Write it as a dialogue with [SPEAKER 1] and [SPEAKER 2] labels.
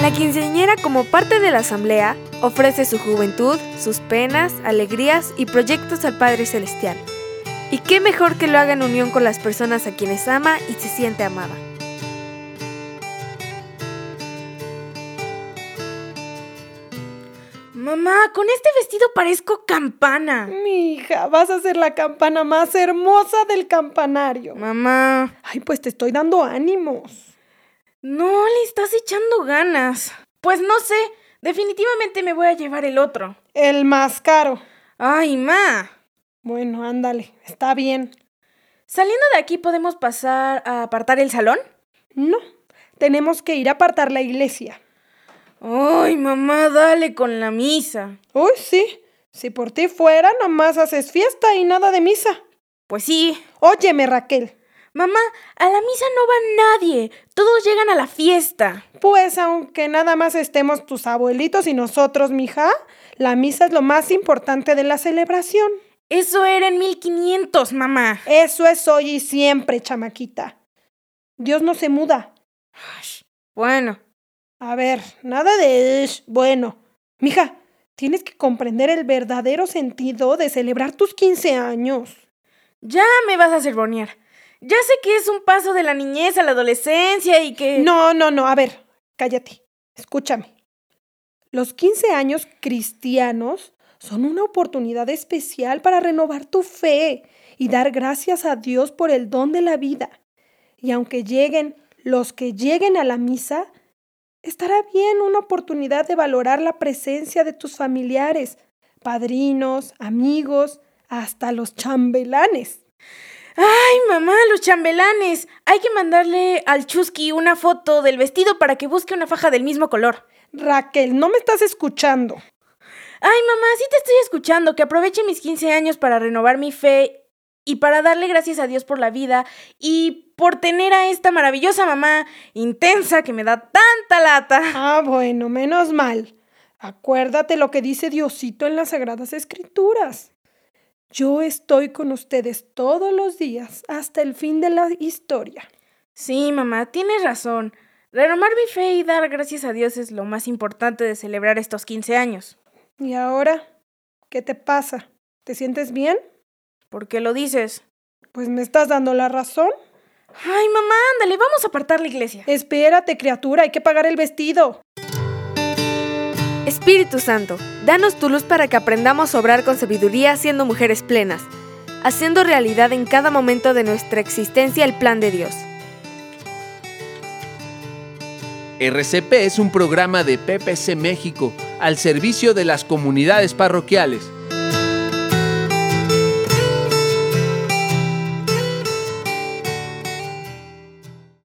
[SPEAKER 1] La quinceañera como parte de la asamblea ofrece su juventud, sus penas, alegrías y proyectos al Padre Celestial. Y qué mejor que lo haga en unión con las personas a quienes ama y se siente amada.
[SPEAKER 2] Mamá, con este vestido parezco campana.
[SPEAKER 3] Mi hija, vas a ser la campana más hermosa del campanario.
[SPEAKER 2] Mamá,
[SPEAKER 3] Ay, pues te estoy dando ánimos.
[SPEAKER 2] no le estás echando ganas. Pues no sé, definitivamente me voy a llevar el otro.
[SPEAKER 3] El más caro.
[SPEAKER 2] Ay, ma.
[SPEAKER 3] Bueno, ándale, está bien.
[SPEAKER 2] Saliendo de aquí podemos pasar a apartar el salón.
[SPEAKER 3] No, tenemos que ir a apartar la iglesia.
[SPEAKER 2] Ay, mamá, dale con la misa.
[SPEAKER 3] Uy, sí, si por ti fuera, nomás haces fiesta y nada de misa.
[SPEAKER 2] Pues sí.
[SPEAKER 3] Óyeme, Raquel,
[SPEAKER 2] Mamá, a la misa no va nadie. Todos llegan a la fiesta.
[SPEAKER 3] pues aunque nada más estemos tus abuelitos y nosotros, mija, la misa es lo más importante de la celebración.
[SPEAKER 2] Eso era en 1500, mamá.
[SPEAKER 3] Eso es hoy y siempre, chamaquita. Dios no se muda.
[SPEAKER 2] Ay, Bueno,
[SPEAKER 3] A ver, nada de "ish", bueno. Mija, tienes que comprender el verdadero sentido de celebrar tus 15 años.
[SPEAKER 2] ya me vas a sermonear. Ya sé que es un paso de la niñez a la adolescencia y que...
[SPEAKER 3] No, no, no, a ver, cállate. Escúchame. Los 15 años cristianos son una oportunidad especial para renovar tu fe y dar gracias a Dios por el don de la vida. Y aunque lleguen los que lleguen a la misa, estará bien una oportunidad de valorar la presencia de tus familiares, padrinos, amigos, hasta los chambelanes.
[SPEAKER 2] Ay, mamá, los chambelanes. Hay que mandarle al Chusky una foto del vestido para que busque una faja del mismo color.
[SPEAKER 3] Raquel, no me estás escuchando.
[SPEAKER 2] Ay, mamá, sí te estoy escuchando, que aproveche mis 15 años para renovar mi fe y para darle gracias a Dios por la vida y por tener a esta maravillosa mamá intensa que me da tanta lata.
[SPEAKER 3] Ah, bueno, menos mal. Acuérdate lo que dice Diosito en las Sagradas Escrituras. Yo estoy con ustedes todos los días hasta el fin de la historia.
[SPEAKER 2] Sí, mamá, tienes razón. Renovar mi fe y dar gracias a Dios es lo más importante de celebrar estos 15 años.
[SPEAKER 3] ¿Y ahora? ¿Qué te pasa? ¿Te sientes bien?
[SPEAKER 2] ¿Por qué lo dices?
[SPEAKER 3] Pues me estás dando la razón.
[SPEAKER 2] Ay, mamá, ándale, vamos a apartar la iglesia.
[SPEAKER 3] Espérate, criatura, hay que pagar el vestido.
[SPEAKER 1] Espíritu Santo, danos tu luz para que aprendamos a obrar con sabiduría siendo mujeres plenas, haciendo realidad en cada momento de nuestra existencia el plan de Dios.
[SPEAKER 4] RCP es un programa de PPC México al servicio de las comunidades parroquiales.